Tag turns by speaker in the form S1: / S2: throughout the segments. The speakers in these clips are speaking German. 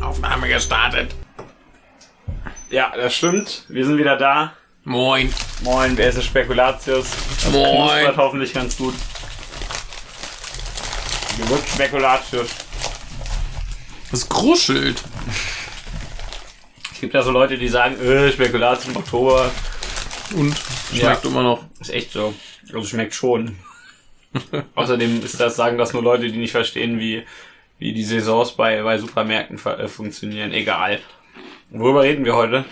S1: Aufnahme gestartet.
S2: Ja, das stimmt. Wir sind wieder da.
S1: Moin.
S2: Moin, wer ist der Spekulatius? Das
S1: Moin.
S2: knuspert hoffentlich ganz gut. Gewürzt Spekulatius.
S1: Das gruschelt.
S2: Es gibt ja so Leute, die sagen, äh, Spekulatius im Oktober.
S1: Und schmeckt
S2: Ja.
S1: immer noch.
S2: Ist echt so. Also schmeckt schon. Außerdem ist das, sagen das nur Leute, die nicht verstehen, wie, wie die Saisons bei, bei Supermärkten ver- äh, funktionieren. Egal. Worüber reden wir heute?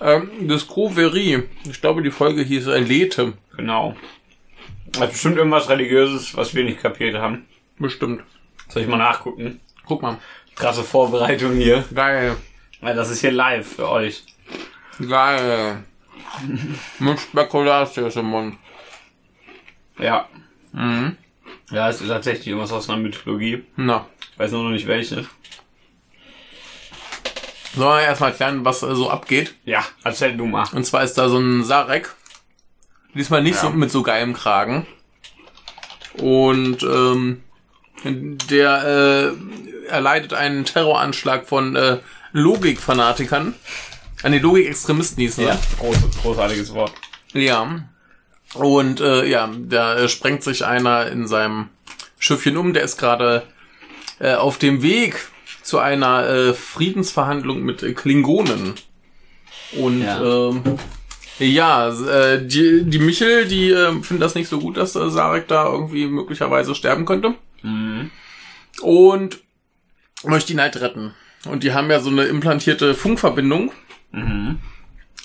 S1: Ähm, das Groverie. Ich glaube, die Folge hieß ein Lete.
S2: Genau. Das ist bestimmt irgendwas Religiöses, was wir nicht kapiert haben.
S1: Bestimmt.
S2: Soll ich mal nachgucken?
S1: Guck mal.
S2: Krasse Vorbereitung hier.
S1: Geil.
S2: Ja, das ist hier live für euch.
S1: Geil. Hm, Mit Spekulatius im Mund.
S2: Ja.
S1: Mhm.
S2: Ja, es ist tatsächlich irgendwas aus einer Mythologie.
S1: Na.
S2: Ich weiß nur noch nicht welche.
S1: Sollen wir erstmal erklären, was äh, so abgeht?
S2: Ja, erzähl du mal.
S1: Und zwar ist da so ein Sarek. Diesmal nicht
S2: Ja.
S1: so mit so geilem Kragen. Und ähm, der äh, erleidet einen Terroranschlag von äh, Logikfanatikern. An die Logikextremisten hießen
S2: Ja,
S1: ja.
S2: groß, großartiges Wort.
S1: ja. Und äh, ja, da äh, sprengt sich einer in seinem Schiffchen um. Der ist gerade äh, auf dem Weg zu einer äh, Friedensverhandlung mit äh, Klingonen. Und
S2: Ja.
S1: ähm, ja, äh, die, die Michel, die äh, findet das nicht so gut, dass äh, Sarek da irgendwie möglicherweise sterben könnte.
S2: Mhm.
S1: Und möchte ihn halt retten. Und die haben ja so eine implantierte Funkverbindung
S2: Mhm.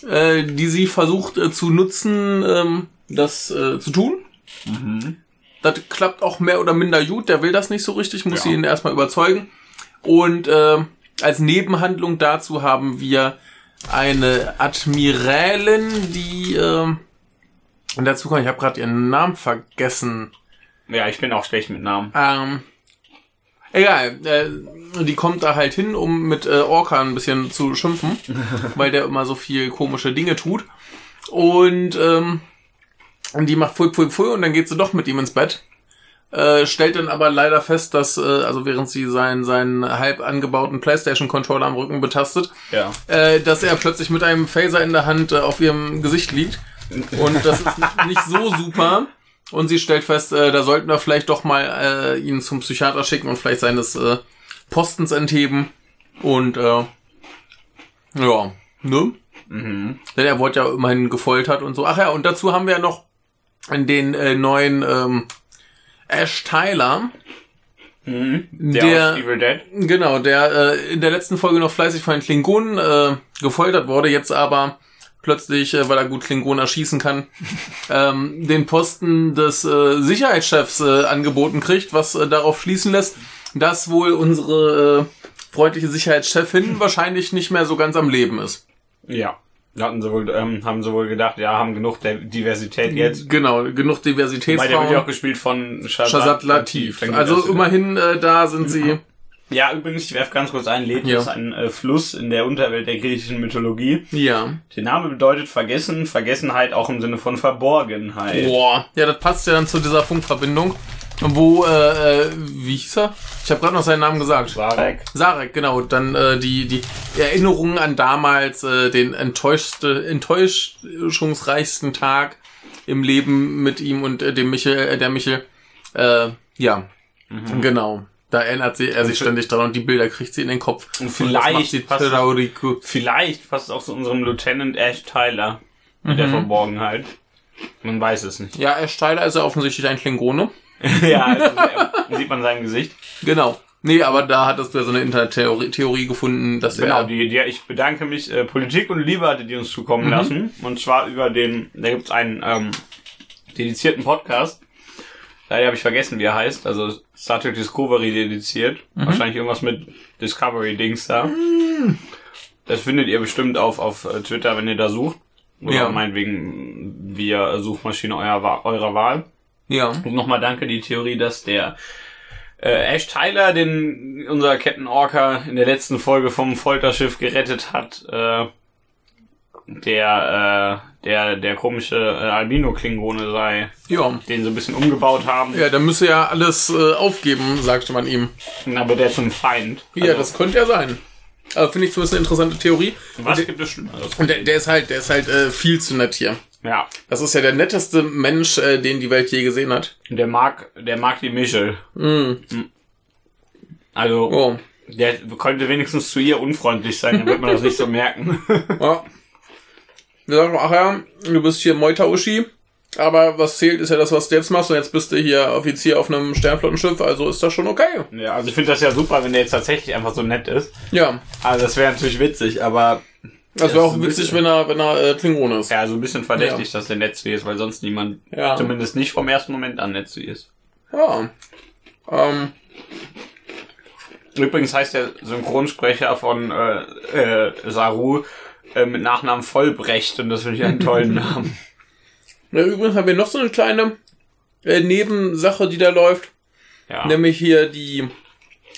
S1: äh, die sie versucht äh, zu nutzen, ähm, das äh, zu tun.
S2: Mhm.
S1: Das klappt auch mehr oder minder gut. Der will das nicht so richtig, muss
S2: Ja.
S1: sie ihn erstmal überzeugen. Und ähm, als Nebenhandlung dazu haben wir eine Admiralin, die ähm, und dazu kommt, ich habe gerade ihren Namen vergessen.
S2: Ja, ich bin auch schlecht mit Namen.
S1: Ähm, egal, äh, die kommt da halt hin, um mit äh, Orca ein bisschen zu schimpfen, weil der immer so viel komische Dinge tut. Und, ähm, und die macht pfui, pfui, pfui und dann geht sie doch mit ihm ins Bett. Äh, stellt dann aber leider fest, dass, äh, also während sie seinen, seinen halb angebauten Playstation-Controller am Rücken betastet,
S2: Ja.
S1: äh, dass er plötzlich mit einem Phaser in der Hand äh, auf ihrem Gesicht liegt. Und das ist nicht so super. Und sie stellt fest, äh, da sollten wir vielleicht doch mal äh, ihn zum Psychiater schicken und vielleicht seines äh, Postens entheben. Und äh, ja, ne?
S2: Mhm.
S1: Denn er wurde ja immerhin gefoltert und so. Ach ja, und dazu haben wir ja noch den äh, neuen ähm, Ash Tyler.
S2: Mhm. Der,
S1: Der-
S2: aus Evil Dead.
S1: Genau, der äh, in der letzten Folge noch fleißig von den Klingonen äh, gefoltert wurde, jetzt aber plötzlich, äh, weil er gut Klingonen erschießen kann, ähm, den Posten des äh, Sicherheitschefs äh, angeboten kriegt, was äh, darauf schließen lässt, dass wohl unsere äh, freundliche Sicherheitschefin wahrscheinlich nicht mehr so ganz am Leben ist.
S2: Ja. Da hatten sie wohl, ähm, haben sie wohl gedacht, ja, haben genug der Diversität jetzt.
S1: Genau, genug
S2: Weil der wird ja auch
S1: Diversitätsfrauen.
S2: gespielt von Shazad,
S1: Shazad Latif.
S2: Dann geht das
S1: Also
S2: wieder. Mhm.
S1: immerhin äh, da sind sie.
S2: Ja, übrigens, ich werf ganz kurz ein. Lethe
S1: Ja.
S2: ist ein äh, Fluss in der Unterwelt der griechischen Mythologie.
S1: Ja.
S2: Der Name bedeutet vergessen, Vergessenheit auch im Sinne von Verborgenheit.
S1: Boah, ja, das passt ja dann zu dieser Funkverbindung, wo, äh, äh, wie hieß er? Ich habe gerade noch seinen Namen gesagt.
S2: Sarek.
S1: Sarek, genau. Dann äh, die, die Erinnerungen an damals, äh, den enttäuschte, enttäuschungsreichsten Tag im Leben mit ihm und äh, dem Michel, äh, der Michel. Äh, ja,
S2: Mhm.
S1: genau. Da erinnert sie, er sich ständig dran und die Bilder kriegt sie in den Kopf.
S2: Und
S1: das macht
S2: vielleicht
S1: sie
S2: passt es-
S1: traurig.
S2: Vielleicht passt es auch zu unserem Lieutenant Ash Tyler mit der Verborgenheit. Man weiß es nicht.
S1: Ja, er Steiler ist ja offensichtlich ein Klingone.
S2: ja, also, äh, sieht man sein Gesicht.
S1: Genau. Nee, aber da hattest du ja so eine Intertheorie Theorie gefunden, dass
S2: Genau,
S1: er...
S2: die, die, ich bedanke mich. Äh, Politik und Liebe hatte die uns zukommen lassen. Und zwar über den, da gibt's einen ähm, dedizierten Podcast. Leider habe ich vergessen, wie er heißt. Also Star Trek Discovery dediziert. Wahrscheinlich irgendwas mit Discovery-Dings da. Das findet ihr bestimmt auf, auf äh, Twitter, wenn ihr da sucht. Oder
S1: Ja.
S2: meinetwegen mh, via Suchmaschine eurer, Wa- eurer Wahl.
S1: Ja.
S2: Und nochmal danke die Theorie, dass der äh, Ash Tyler, den unser Captain Orca in der letzten Folge vom Folterschiff gerettet hat, äh, der, äh, der, der komische äh, Albino-Klingone sei,
S1: Ja.
S2: den sie ein bisschen umgebaut haben.
S1: Ja, dann müsste er alles äh, aufgeben, sagte man ihm.
S2: Dann wird er zum Feind. Also,
S1: Ja, das könnte ja sein. Also finde ich zumindest eine interessante Theorie.
S2: was gibt es Schlimmeres?
S1: Und der, der ist halt, der ist halt äh, viel zu nett hier.
S2: Ja.
S1: Das ist ja der netteste Mensch, äh, den die Welt je gesehen hat.
S2: Und Der mag, der mag die Michel. Mhm. Also,
S1: Mm. Oh.
S2: der könnte wenigstens zu ihr unfreundlich sein, dann wird man das nicht so merken.
S1: Ja. Wir sagen, ach ja, du bist hier Meuter-Uschi, aber was zählt, ist ja das, was du jetzt machst und jetzt bist du hier Offizier auf einem Sternflottenschiff, also ist das schon okay.
S2: ja, also ich finde das ja super, wenn der jetzt tatsächlich einfach so nett ist.
S1: Ja.
S2: Also das wäre natürlich witzig, aber
S1: Das
S2: Ja,
S1: wäre
S2: ist
S1: auch
S2: ein
S1: witzig,
S2: bisschen-
S1: wenn er, wenn er äh, Klingone ist.
S2: ja, so ein bisschen verdächtig, dass der nett zu ihr ist, weil sonst niemand,
S1: Ja.
S2: zumindest nicht vom ersten Moment an nett zu ihr ist.
S1: Ja. Ähm,
S2: Übrigens heißt der Synchronsprecher von äh, äh, Saru äh, mit Nachnamen Vollbrecht und das finde ich einen tollen Namen.
S1: ja, übrigens haben wir noch so eine kleine äh, Nebensache, die da läuft,
S2: Ja.
S1: nämlich hier die,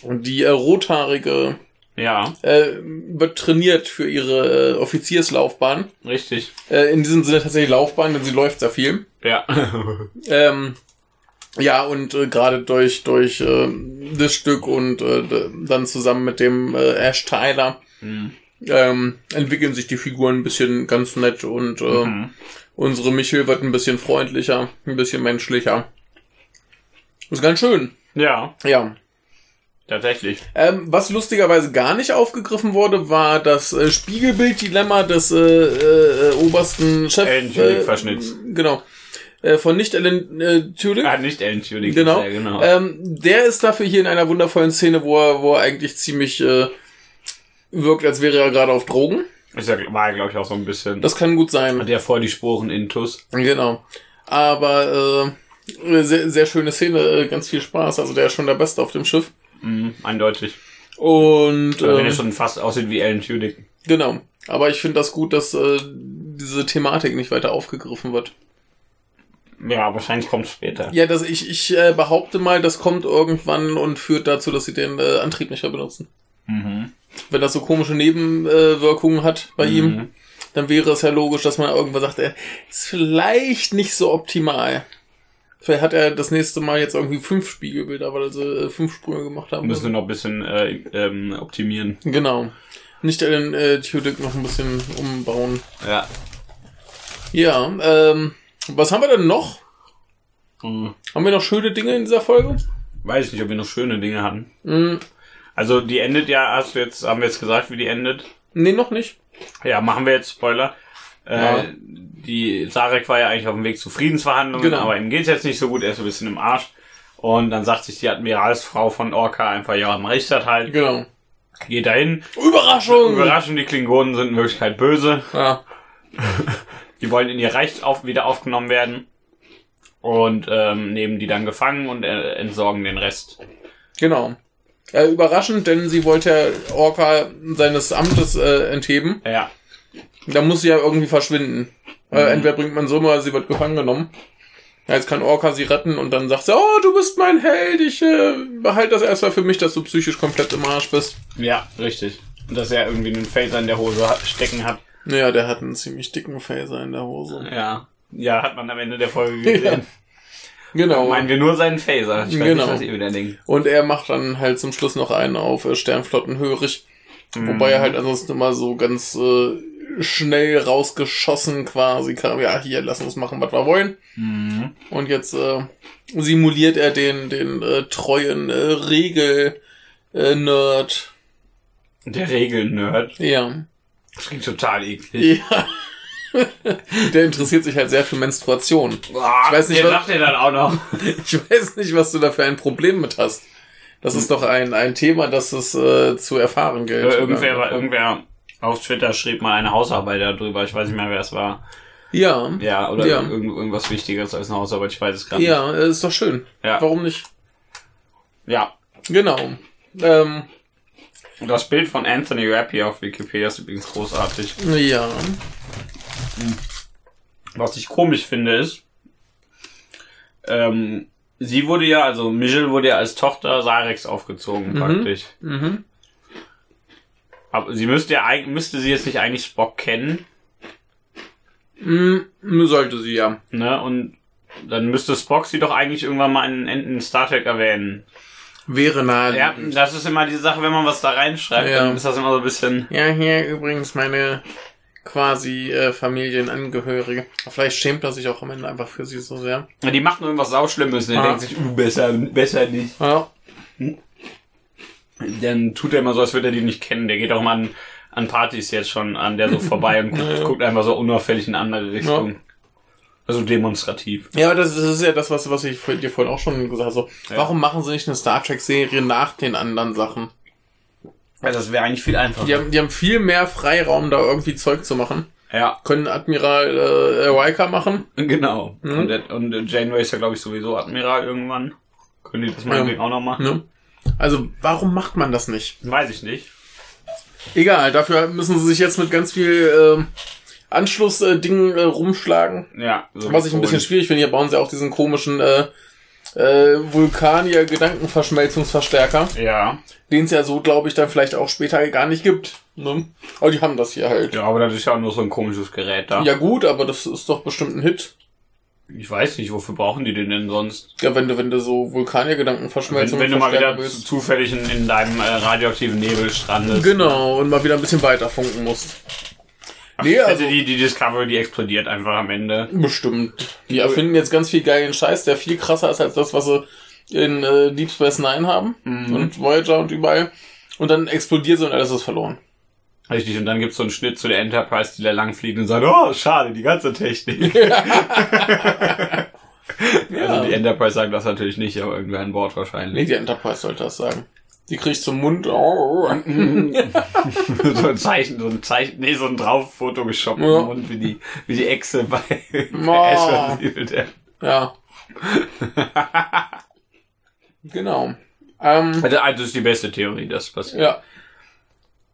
S1: die äh, rothaarige
S2: ja,
S1: äh, wird trainiert für ihre äh, Offizierslaufbahn.
S2: richtig.
S1: Äh, in diesem Sinne tatsächlich Laufbahn, denn sie läuft sehr viel.
S2: Ja.
S1: Ähm, ja, und äh, gerade durch, durch äh, das Stück und äh, d- dann zusammen mit dem äh, Ash Tyler
S2: Hm.
S1: ähm, entwickeln sich die Figuren ein bisschen ganz nett und äh,
S2: Mhm.
S1: unsere Michel wird ein bisschen freundlicher, ein bisschen menschlicher. Ist ganz schön.
S2: ja,
S1: Ja.
S2: tatsächlich.
S1: Ähm, was lustigerweise gar nicht aufgegriffen wurde, war das äh, Spiegelbild-Dilemma des äh, äh, äh, obersten Chef...
S2: Alan Tudyk-Verschnitts.
S1: Äh, genau. Äh, von nicht Alan äh, Tudyk.
S2: Ah, nicht Alan Tudyk.
S1: Genau.
S2: Ja, genau.
S1: Ähm, der ist dafür hier in einer wundervollen Szene, wo er, wo er eigentlich ziemlich äh, wirkt, als wäre er gerade auf Drogen.
S2: ist ja, war ja, glaube ich, auch so ein bisschen.
S1: Das kann gut sein.
S2: hat ja vor die Sporen intus.
S1: Genau. Aber äh, eine sehr, sehr schöne Szene, äh, ganz viel Spaß. Also der ist schon der Beste auf dem Schiff.
S2: Mhm, eindeutig.
S1: Und
S2: Wenn er
S1: ähm,
S2: schon fast aussieht wie Alan Tudyk.
S1: genau. Aber ich finde das gut, dass äh, diese Thematik nicht weiter aufgegriffen wird.
S2: Ja, wahrscheinlich kommt später.
S1: Ja, das, ich, ich äh, behaupte mal, das kommt irgendwann und führt dazu, dass sie den äh, Antrieb nicht mehr benutzen.
S2: Mhm.
S1: Wenn das so komische Nebenwirkungen hat bei ihm,
S2: Mhm.
S1: dann wäre es ja logisch, dass man irgendwann sagt, er ist vielleicht nicht so optimal. Vielleicht hat er das nächste Mal jetzt irgendwie fünf Spiegelbilder, weil sie äh, fünf Sprünge gemacht haben.
S2: Mhm. Müssen wir noch ein bisschen äh, ähm, optimieren.
S1: Genau. Nicht Alan äh, Tudyk noch ein bisschen umbauen.
S2: Ja.
S1: Ja, ähm, was haben wir denn noch?
S2: Mhm.
S1: Haben wir noch schöne Dinge in dieser Folge?
S2: Weiß nicht, ob wir noch schöne Dinge hatten.
S1: Hm,
S2: Also die endet ja, hast du jetzt, haben wir jetzt gesagt, wie die endet.
S1: nee, noch nicht.
S2: Ja, machen wir jetzt Spoiler.
S1: Ja.
S2: Äh, die Sarek war ja eigentlich auf dem Weg zu Friedensverhandlungen,
S1: Genau.
S2: aber ihm geht's jetzt nicht so gut, er ist ein bisschen im Arsch. Und dann sagt sich die Admiralsfrau von Orca einfach, ja, am Rechtsstadt halt,
S1: Genau.
S2: geht dahin.
S1: Überraschung!
S2: Überraschend, die Klingonen sind in Wirklichkeit böse.
S1: Ja.
S2: Die wollen in ihr Reich auf, wieder aufgenommen werden. Und ähm, nehmen die dann gefangen und äh, entsorgen den Rest.
S1: Genau. Äh, überraschend, denn sie wollte ja Orca seines Amtes äh, entheben.
S2: Ja,
S1: Da muss sie ja irgendwie verschwinden. Äh, entweder bringt man so mal, sie wird gefangen genommen. Ja, Jetzt kann Orca sie retten und dann sagt sie, oh, du bist mein Held, ich äh, behalte das erstmal für mich, dass du psychisch komplett im Arsch bist.
S2: ja, richtig. Und dass er irgendwie einen Phaser in der Hose hat, stecken hat.
S1: Naja, der hat einen ziemlich dicken Phaser in der Hose.
S2: Ja. Ja, hat man am Ende der Folge gesehen.
S1: Genau.
S2: Meinen wir nur seinen Phaser. Ich weiß
S1: Genau.
S2: nicht, was ihr wieder denkt.
S1: Und er macht dann halt zum Schluss noch einen auf äh, Sternflotten hörig. Wobei er halt ansonsten immer so ganz äh, schnell rausgeschossen quasi kam. Ja, hier, lass uns machen, was wir wollen.
S2: Mhm.
S1: Und jetzt äh, simuliert er den, den äh, treuen äh, Regel. Äh, Nerd.
S2: Der Regelnerd.
S1: Ja.
S2: Das klingt total eklig.
S1: Ja. Der interessiert sich halt sehr für Menstruation.
S2: Boah, ich
S1: weiß
S2: weiß
S1: nicht,
S2: nicht,
S1: was-
S2: der Ah, sagt dir dann auch noch.
S1: Ich weiß nicht, was du da für ein Problem mit hast. Das ist doch ein, ein Thema, das es äh, zu erfahren gilt.
S2: irgendwer, irgendwer auf Twitter schrieb mal eine Hausarbeit darüber. Ich weiß nicht mehr, wer es war.
S1: Ja.
S2: Ja, oder
S1: Ja.
S2: Irgend, irgendwas Wichtigeres als eine Hausarbeit. Ich weiß es gerade nicht.
S1: Ja, äh, ist doch schön.
S2: Ja.
S1: Warum nicht?
S2: Ja.
S1: Genau. Ähm,
S2: Und das Bild von Anthony Rapier auf Wikipedia ist übrigens großartig.
S1: ja.
S2: Was ich komisch finde ist, ähm, sie wurde ja, also Michelle wurde ja als Tochter Sarex aufgezogen praktisch.
S1: Mhm.
S2: Aber sie müsste ja eig- müsste sie jetzt nicht eigentlich Spock kennen.
S1: Hm, sollte sie ja.
S2: Ne? Und dann müsste Spock sie doch eigentlich irgendwann mal in, in Star Trek erwähnen.
S1: Wäre nahe.
S2: Ja, das ist immer die Sache, wenn man was da reinschreibt,
S1: Also Ja.
S2: dann ist das immer so ein bisschen.
S1: Ja, hier übrigens meine quasi äh, Familienangehörige. Vielleicht schämt er sich auch am Ende einfach für sie so sehr.
S2: Die macht nur irgendwas Sauschlimmes, ne?
S1: Ah.
S2: denkt sich, uh, besser, besser nicht.
S1: Ja.
S2: Dann tut er immer so, als würde er die nicht kennen. Der geht auch mal an, an Partys jetzt schon an der so vorbei und guckt, guckt einfach so unauffällig in eine andere Richtung. Also demonstrativ.
S1: Ja, aber das, das ist ja das, was, was ich vor- dir vorhin auch schon gesagt habe. So,
S2: Ja.
S1: Warum machen sie nicht eine Star Trek-Serie nach den anderen Sachen?
S2: Also das wäre eigentlich viel einfacher.
S1: Die haben, die haben viel mehr Freiraum, da irgendwie Zeug zu machen.
S2: Ja,
S1: Können Admiral äh, Riker machen.
S2: genau.
S1: Mhm.
S2: Und, der- und der Janeway ist ja, glaube ich, sowieso Admiral irgendwann. Können die das meinetwegen auch noch machen?
S1: Ne? Also, warum macht man das nicht?
S2: Weiß ich nicht.
S1: Egal, dafür müssen sie sich jetzt mit ganz viel äh, Anschlussdingen äh, rumschlagen.
S2: Ja. so
S1: Was ich ein bisschen
S2: Polen.
S1: schwierig finde, hier bauen sie auch diesen komischen äh, äh, Vulkanier-Gedankenverschmelzungsverstärker,
S2: Ja.
S1: den es ja so, glaube ich, dann vielleicht auch später gar nicht gibt. Ne? Aber die haben das hier halt.
S2: Ja, aber das ist ja auch nur so ein komisches Gerät da.
S1: Ja gut, aber das ist doch bestimmt ein Hit.
S2: Ich weiß nicht, wofür brauchen die den denn sonst?
S1: Ja, wenn du, wenn du so
S2: Wenn,
S1: Vulkaniergedankenverschmelzungen
S2: wenn du mal wieder
S1: verstärken
S2: zu,
S1: willst.
S2: zufällig in, in deinem äh, radioaktiven Nebel strandest.
S1: Genau, und mal wieder ein bisschen weiter funken musst.
S2: Ach,
S1: Nee,
S2: also
S1: also-
S2: die, die Discovery, die explodiert einfach am Ende.
S1: Bestimmt. Die erfinden jetzt ganz viel geilen Scheiß, der viel krasser ist als das, was sie in äh, Deep Space Nine haben.
S2: Mhm.
S1: Und Voyager und überall. Und dann explodiert sie und alles ist verloren.
S2: Richtig, und dann gibt's so einen Schnitt zu der Enterprise, die da langfliegt und sagt, oh, schade, die ganze Technik. Also die Enterprise sagt das natürlich nicht, aber irgendwer an Bord
S1: Nee,
S2: wahrscheinlich.
S1: die Enterprise sollte das sagen. Die kriegt zum Mund. Oh,
S2: so ein Zeichen, so ein Zeichen, nee, so ein Drauffoto geschoben
S1: Ja.
S2: und wie die, wie die Echse bei
S1: Ma.
S2: Ashland.
S1: ja. genau. Ähm,
S2: Also, das ist die beste Theorie, das passiert.
S1: ja.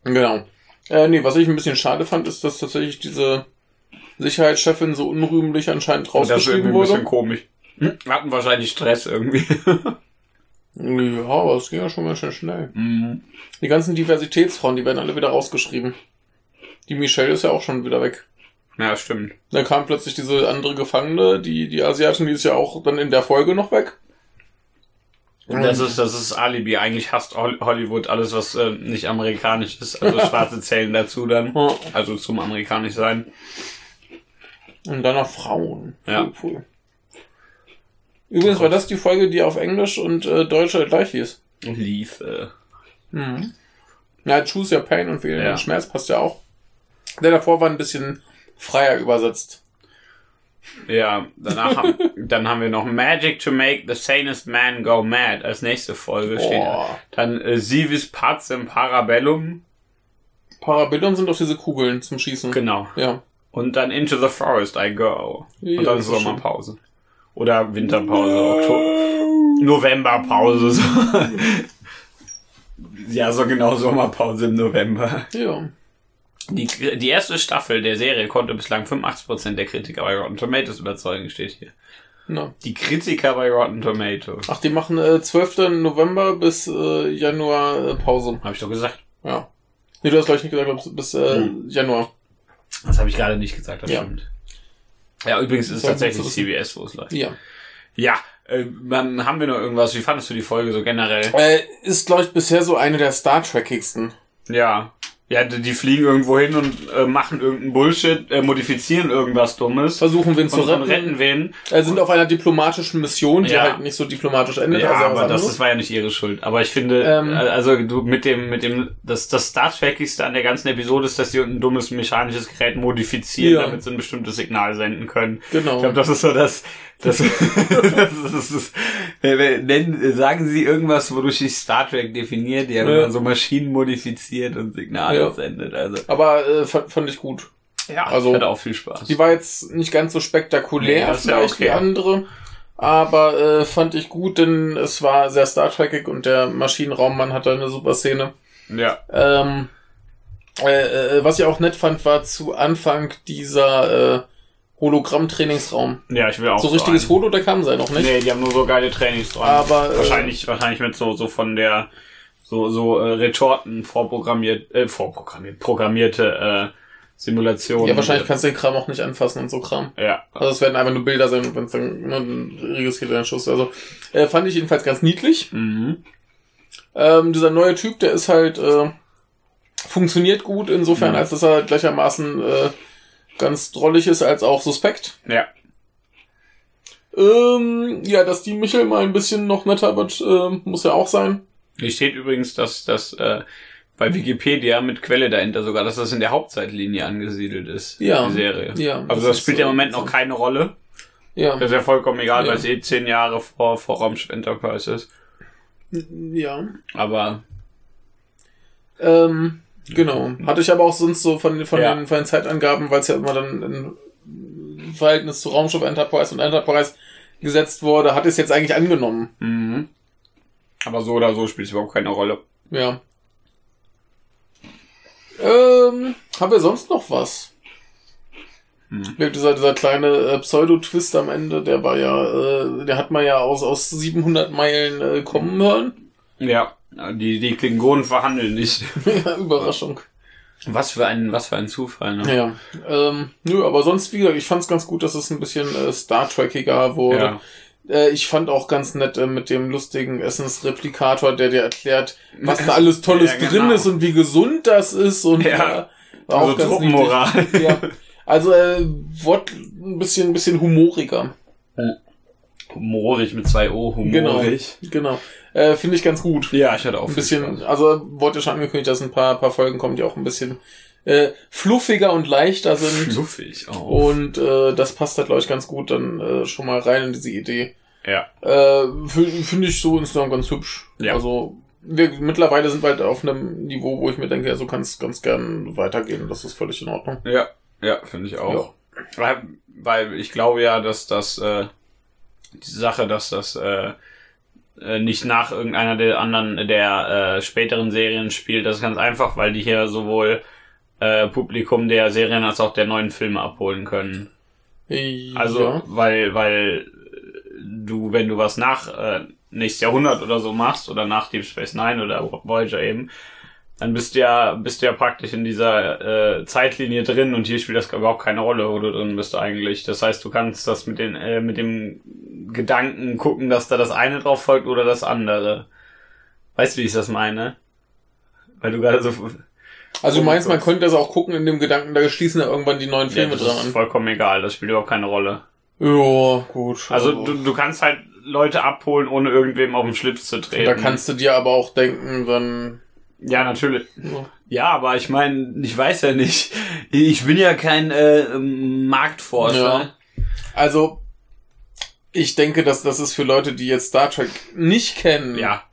S1: Genau. Äh, nee, was ich ein bisschen schade fand, ist, dass tatsächlich diese Sicherheitschefin so unrühmlich anscheinend
S2: Und das ist irgendwie
S1: rausgeschrieben
S2: ein bisschen
S1: wurde.
S2: komisch. Hm? Hatten wahrscheinlich Stress irgendwie.
S1: Ja, aber es ging ja schon ganz schön schnell.
S2: Mhm.
S1: Die ganzen Diversitätsfrauen, die werden alle wieder rausgeschrieben. Die Michelle ist ja auch schon wieder weg.
S2: ja, stimmt.
S1: Dann kam plötzlich diese andere Gefangene, die, die Asiatin, die ist ja auch dann in der Folge noch weg.
S2: Und das ist, das ist Alibi. Eigentlich hasst Hol- Hollywood alles, was äh, nicht amerikanisch ist. Also schwarze Zellen dazu dann.
S1: Ja.
S2: Also zum amerikanisch sein.
S1: Und dann noch Frauen.
S2: Ja.
S1: Puh, puh. Übrigens war das die Folge, die auf Englisch und äh, Deutsch halt gleich hieß.
S2: Und lief. Äh.
S1: Mhm. Ja, Choose Your Pain und Feel
S2: Ja.
S1: den Schmerz passt ja auch. Der davor war ein bisschen freier übersetzt.
S2: Ja, danach haben, dann haben wir noch Magic to make the sanest man go mad. Als nächste Folge
S1: Boah.
S2: steht dann äh, Sivis Pazem Parabellum.
S1: Parabellum sind doch diese Kugeln zum Schießen.
S2: Genau.
S1: Ja.
S2: Und dann Into the Forest I go.
S1: Ja,
S2: Und dann
S1: das
S2: ist
S1: ist schön.
S2: Sommerpause. Oder Winterpause, Oktober. Novemberpause. So. ja, so genau Sommerpause im November.
S1: Ja.
S2: Die, die erste Staffel der Serie konnte bislang 85% der Kritiker bei Rotten Tomatoes überzeugen, steht hier.
S1: Na.
S2: Die Kritiker bei Rotten Tomatoes.
S1: Ach, die machen äh, 12. November bis äh, Januar äh, Pause.
S2: Habe ich doch gesagt.
S1: Ja. Nee, du hast gleich nicht gesagt, glaub ich, bis äh,
S2: Mhm.
S1: Januar.
S2: Das habe ich gerade nicht gesagt, das
S1: Ja.
S2: stimmt. Ja, übrigens ist es
S1: Sollten wir
S2: tatsächlich
S1: zu
S2: CBS, wo es läuft.
S1: Ja.
S2: Ja, äh, dann haben wir noch irgendwas. Wie fandest du die Folge so generell?
S1: Äh, ist, glaube ich, bisher so eine der Star Trekigsten.
S2: Ja. Ja, die die fliegen irgendwo hin und äh, machen irgendeinen Bullshit, äh, modifizieren irgendwas Dummes.
S1: Versuchen wir ihn zu
S2: und,
S1: retten.
S2: und retten wen.
S1: Äh, sind auf einer diplomatischen Mission, die
S2: Ja.
S1: halt nicht so diplomatisch endet.
S2: Ja,
S1: also was
S2: aber das,
S1: anderes.
S2: das war ja nicht ihre Schuld. Aber ich finde,
S1: Ähm.
S2: also du mit dem, mit dem, das, das Star Trekigste an der ganzen Episode ist, dass sie ein dummes mechanisches Gerät modifizieren,
S1: Ja.
S2: damit sie ein bestimmtes Signal senden können.
S1: Genau.
S2: Ich glaube, das ist so das, das, das, ist, das äh, äh, nennen, sagen Sie irgendwas, wodurch sich Star Trek definiert, die haben
S1: Ja.
S2: immer so Maschinen modifiziert und Signale
S1: Ja.
S2: sendet. Also
S1: aber äh, fand, fand ich gut.
S2: ja,
S1: Also,
S2: ich hatte auch viel Spaß.
S1: Die war jetzt nicht ganz so spektakulär
S2: Nee, das ist ja
S1: vielleicht
S2: okay.
S1: wie andere, aber äh, fand ich gut, denn es war sehr Star Trekig und der Maschinenraummann hatte eine super Szene.
S2: ja.
S1: Ähm, äh, äh, was ich auch nett fand, war zu Anfang dieser äh, Hologramm-Trainingsraum.
S2: Ja, ich will auch
S1: So richtiges
S2: einen.
S1: Holo, da kam sein noch nicht.
S2: Nee, die haben nur so geile Trainings dran.
S1: Aber, äh,
S2: wahrscheinlich, wahrscheinlich mit so, so von der, so, so äh, Retorten vorprogrammiert, äh, vorprogrammiert, programmierte, äh, Simulationen.
S1: Ja, wahrscheinlich kannst du den Kram auch nicht anfassen und so Kram.
S2: Ja.
S1: Also es werden einfach nur Bilder sein, wenn es dann, ne, dann registriert er den Schuss. Also äh, fand ich jedenfalls ganz niedlich.
S2: Mhm.
S1: Ähm, dieser neue Typ, der ist halt, äh, funktioniert gut insofern,
S2: Mhm.
S1: als dass er gleichermaßen äh, ganz drollig ist, als auch suspekt.
S2: Ja.
S1: Ähm, ja, dass die Michel mal ein bisschen noch netter wird, äh, muss ja auch sein.
S2: Hier steht übrigens, dass das äh, bei Wikipedia mit Quelle dahinter sogar, dass das in der Hauptzeitlinie angesiedelt ist,
S1: Ja.
S2: die Serie.
S1: Ja,
S2: Also das
S1: ist,
S2: spielt ja im
S1: äh,
S2: Moment
S1: so.
S2: noch keine Rolle.
S1: Ja,
S2: Das ist ja vollkommen egal,
S1: Ja.
S2: weil es eh zehn Jahre vor, vor Raumschiff Enterprise ist.
S1: ja.
S2: Aber
S1: Ähm, genau. Hatte ich aber auch sonst so von, den- von,
S2: Mhm. Ja.
S1: den, von den Zeitangaben, weil es ja immer dann im Verhältnis zu Raumschiff Enterprise und Enterprise gesetzt wurde, hat es jetzt eigentlich angenommen.
S2: mhm. aber so oder so spielt es überhaupt keine Rolle.
S1: Ja. Ähm, haben wir sonst noch was?
S2: Hm.
S1: Wirklich, Dieser, dieser kleine äh, Pseudo-Twist am Ende, der war ja, äh, der hat man ja aus, aus 700 Meilen äh, kommen hören.
S2: Ja, die, die Klingonen verhandeln nicht.
S1: ja, Überraschung.
S2: Was für ein, was für ein Zufall, ne?
S1: Ja, ähm, nö, aber sonst, wie gesagt, ich fand's ganz gut, dass es ein bisschen äh, Star Trekiger wurde.
S2: Ja.
S1: Äh, ich fand auch ganz nett äh, mit dem lustigen Essensreplikator, der dir erklärt, was da alles Tolles
S2: Ja, genau.
S1: drin ist und wie gesund das ist und
S2: Ja.
S1: äh, war
S2: also Truppenmoral.
S1: niedlich. Ja. Also äh, Wort ein bisschen, ein bisschen humoriger.
S2: Humorig mit zwei O, humorig.
S1: Genau. Äh, Finde ich ganz gut.
S2: Ja, ich hatte auch
S1: Ein
S2: viel
S1: bisschen,
S2: Spaß.
S1: also wurde ja schon angekündigt, dass ein paar, paar Folgen kommen, die auch ein bisschen äh, fluffiger und leichter sind.
S2: fluffig auch.
S1: Und äh, das passt da, glaube ich, ganz gut dann äh, schon mal rein in diese Idee.
S2: Ja.
S1: Äh, fü- Finde ich so insgesamt ganz hübsch.
S2: Ja.
S1: Also wir, mittlerweile sind wir halt auf einem Niveau, wo ich mir denke, ja, so kann es ganz gern weitergehen. Das ist völlig in Ordnung.
S2: Ja, ja, finde ich auch. Weil, weil ich glaube ja, dass das äh, die Sache, dass das äh, äh, nicht nach irgendeiner der anderen der äh, späteren Serien spielt, das ist ganz einfach, weil die hier sowohl äh, Publikum der Serien als auch der neuen Filme abholen können.
S1: Ja.
S2: Also, weil, weil äh, du, wenn du was nach äh, nächstes Jahrhundert oder so machst, oder nach Deep Space Nine oder Voyager eben, dann bist du ja, bist du ja praktisch in dieser äh, Zeitlinie drin und hier spielt das überhaupt keine Rolle, wo du drin bist eigentlich. Das heißt, du kannst das mit den, äh, mit dem Gedanken gucken, dass da das eine drauf folgt oder das andere. Weißt du, wie ich das meine? Weil du gerade so.
S1: also du
S2: oh
S1: meinst,
S2: Gott.
S1: man könnte das auch gucken in dem Gedanken, da schließen ja irgendwann die neuen
S2: Ja,
S1: Filme
S2: das ist
S1: dran an.
S2: vollkommen egal, das spielt überhaupt keine Rolle.
S1: Ja, gut.
S2: Also du, du kannst halt Leute abholen, ohne irgendwem auf den Schlips zu treten.
S1: da kannst du dir aber auch denken, dann.
S2: ja, natürlich.
S1: Ja.
S2: Ja, aber ich meine, ich weiß ja nicht. Ich bin ja kein äh, Marktforscher.
S1: Also, ich denke, dass das ist für Leute, die jetzt Star Trek nicht kennen,
S2: Ja,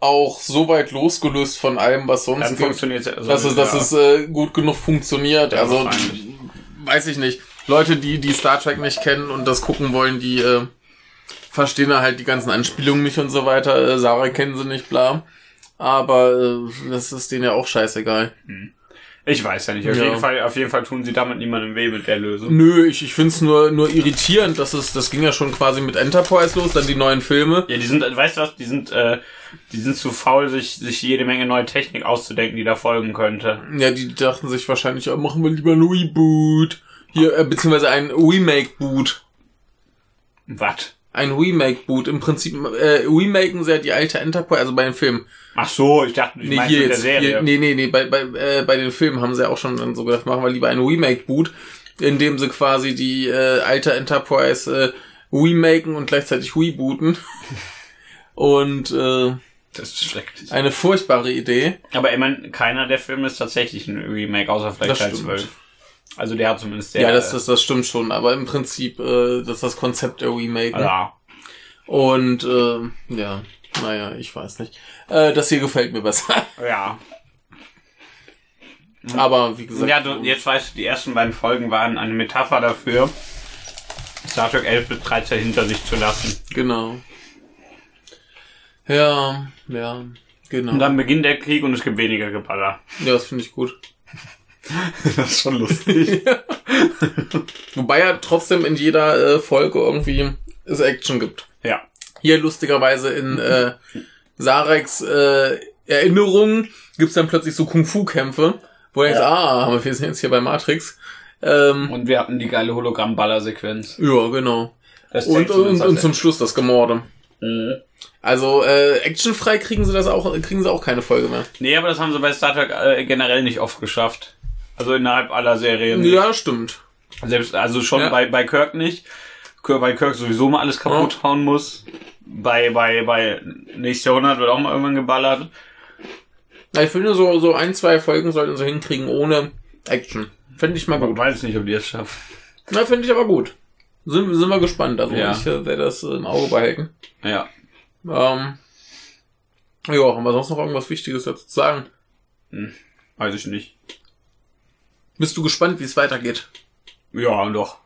S1: auch so weit losgelöst von allem, was sonst
S2: dann
S1: gibt,
S2: funktioniert es.
S1: dass es, dass es äh, gut genug funktioniert.
S2: Ja,
S1: also,
S2: wahrscheinlich.
S1: weiß ich nicht. Leute, die, die Star Trek nicht kennen und das gucken wollen, die äh, verstehen da halt die ganzen Anspielungen nicht und so weiter. Äh, Sarah kennen sie nicht, bla. Aber äh, das ist denen ja auch scheißegal.
S2: Ich weiß ja nicht. Auf,
S1: Ja.
S2: jeden Fall, auf jeden Fall tun sie damit niemandem weh mit der Lösung.
S1: Nö, ich, ich find's nur, nur irritierend, dass es, das ging ja schon quasi mit Enterprise los, dann die neuen Filme.
S2: Ja, die sind, weißt du was, die sind, äh, die sind zu faul, sich, sich jede Menge neue Technik auszudenken, die da folgen könnte.
S1: Ja, die dachten sich wahrscheinlich, oh, machen wir lieber ein Reboot. Hier, äh, beziehungsweise ein Remake-Boot.
S2: Was?
S1: Ein Remake-Boot. Im Prinzip, äh, remaken sie ja die alte Enterprise, also bei den Filmen.
S2: Ach so, ich dachte, du
S1: Nee,
S2: meinst
S1: hier
S2: mit der
S1: jetzt.
S2: Serie.
S1: Hier, nee, nee, nee, bei, bei, äh, bei den Filmen haben sie ja auch schon dann so gedacht, machen wir lieber ein Remake-Boot, indem sie quasi die äh, alte Enterprise äh, remaken und gleichzeitig rebooten. und äh,
S2: Das ist schrecklich.
S1: eine furchtbare Idee.
S2: Aber ich meine, keiner der Filme ist tatsächlich ein Remake, außer vielleicht
S1: Das
S2: Teil
S1: stimmt.
S2: 12. Also der hat zumindest der.
S1: Ja, das, das, das stimmt schon, aber im Prinzip äh, das ist das Konzept der Remake.
S2: äh,
S1: ne?
S2: Ja.
S1: Und äh, ja, naja, ich weiß nicht. Äh, das hier gefällt mir besser.
S2: Ja.
S1: Aber wie gesagt,
S2: Mhm. ja du, jetzt weißt du, die ersten beiden Folgen waren eine Metapher dafür, Star Trek 11 bis 13 hinter sich zu lassen.
S1: genau. Ja, ja, genau.
S2: Und dann beginnt der Krieg und es gibt weniger Geballer.
S1: ja, das finde ich gut.
S2: das ist schon lustig.
S1: Wobei ja trotzdem in jeder äh, Folge irgendwie es Action gibt.
S2: ja.
S1: Hier lustigerweise in äh, Sareks äh, Erinnerungen gibt's dann plötzlich so Kung-Fu-Kämpfe, Wo du denkst, ah, aber wir sind jetzt hier bei Matrix. Ähm,
S2: Und wir hatten die geile Hologramm-Baller-Sequenz.
S1: ja, genau.
S2: Das halt
S1: Und,
S2: zeigt zumindest,
S1: und, und
S2: dass
S1: zum Schluss das Gemorde.
S2: er- Mhm.
S1: Also äh, actionfrei kriegen sie das auch, kriegen sie auch keine Folge mehr.
S2: Nee, aber das haben sie bei Star Trek äh, generell nicht oft geschafft. Also innerhalb aller Serien.
S1: Ja, stimmt.
S2: Selbst, also schon
S1: Ja.
S2: bei, bei Kirk nicht. Kirk- Weil Kirk sowieso mal alles kaputt hauen muss. Bei, bei, bei nächstes Jahrhundert wird auch mal irgendwann geballert.
S1: Na, Ich finde, so, so ein, zwei Folgen sollten sie hinkriegen ohne Action. Finde ich mal
S2: Aber
S1: gut.
S2: ich weiß nicht, ob die es schaffen.
S1: Na, finde ich aber gut. Sind, sind wir gespannt. Also
S2: Ja.
S1: ich äh, werde das äh, im Auge behalten.
S2: Ja.
S1: Ähm, ja, haben wir sonst noch irgendwas Wichtiges dazu zu sagen?
S2: Weiß ich nicht.
S1: Bist du gespannt, wie es weitergeht?
S2: Ja, doch.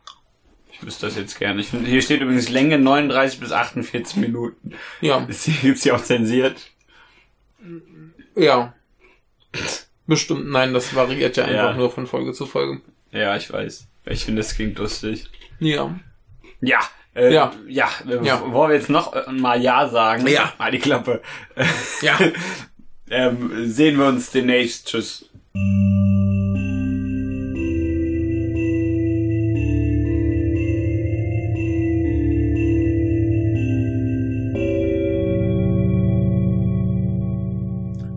S2: Ich wüsste das jetzt gerne. Ich finde, hier steht übrigens Länge 39 bis 48 Minuten.
S1: Ja,
S2: Ist hier, gibt's hier auch zensiert?
S1: ja. Bestimmt, nein, das variiert ja einfach
S2: Ja.
S1: nur von Folge zu Folge.
S2: Ja, ich weiß. Ich finde, das klingt lustig.
S1: Ja.
S2: Ja. Äh,
S1: Ja.
S2: ja. Ja. Äh,
S1: Ja.
S2: Bevor wir jetzt noch äh, mal Ja sagen.
S1: Ja.
S2: Mal die Klappe.
S1: Ja.
S2: ähm, sehen wir uns demnächst. Tschüss.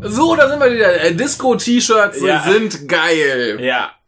S1: So, da sind wir wieder. Äh, Disco-T-Shirts
S2: Ja.
S1: Äh, sind geil.
S2: Ja.